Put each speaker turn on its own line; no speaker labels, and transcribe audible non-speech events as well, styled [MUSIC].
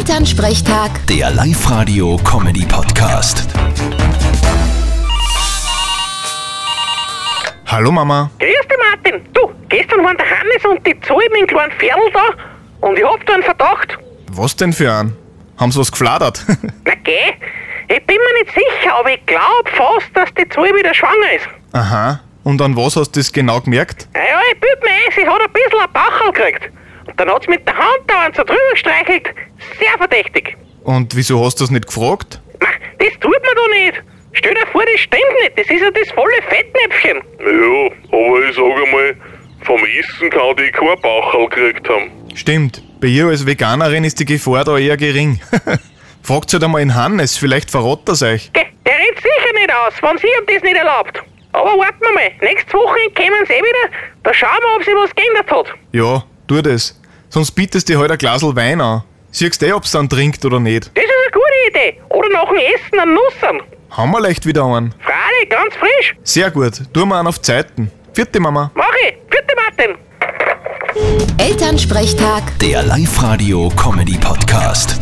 Elternsprechtag,
Der Live-Radio-Comedy-Podcast.
Hallo Mama.
Grüß dich, Martin. Du, gestern waren der Hannes und die Zoe mit dem kleinen Pferdl da und ich hab da einen Verdacht.
Was denn für ein? Haben sie was gefladert? [LAUGHS]
Na geh, ich bin mir nicht sicher, aber ich glaub fast, dass die Zoe wieder schwanger ist.
Aha. Und an was hast du das genau gemerkt?
Naja, ich büt mir ein, sie hat ein bisschen ein Bachel gekriegt. Und dann hat's mit der Hand dauernd so drüber gestreichelt. Sehr verdächtig.
Und wieso hast du das nicht gefragt?
Ma, das tut man doch nicht. Stell dir vor, das stimmt nicht. Das ist ja das volle Fettnäpfchen.
Ja, aber ich sage mal, vom Essen kann die kein Bachel gekriegt haben.
Stimmt. Bei ihr als Veganerin ist die Gefahr da eher gering. [LAUGHS] Fragt halt einmal in Hannes, vielleicht verrät er's euch.
Geh, der rennt sicher nicht aus, wenn sie ihm das nicht erlaubt. Aber warten wir mal, nächstes Wochenende kommen sie eh wieder, da schauen wir, ob sich was geändert hat.
Ja, tu das. Sonst bietest dir heute halt ein Glasl Wein an. Siehst eh, ob's dann trinkt oder nicht.
Das ist eine gute Idee. Oder nach dem Essen einen Nussern.
Haben wir leicht wieder einen.
Frage, ganz frisch.
Sehr gut. Tu mal einen auf Zeiten. Vierte Mama.
Mach ich. Vierte Martin.
Elternsprechtag.
Der Live-Radio-Comedy-Podcast.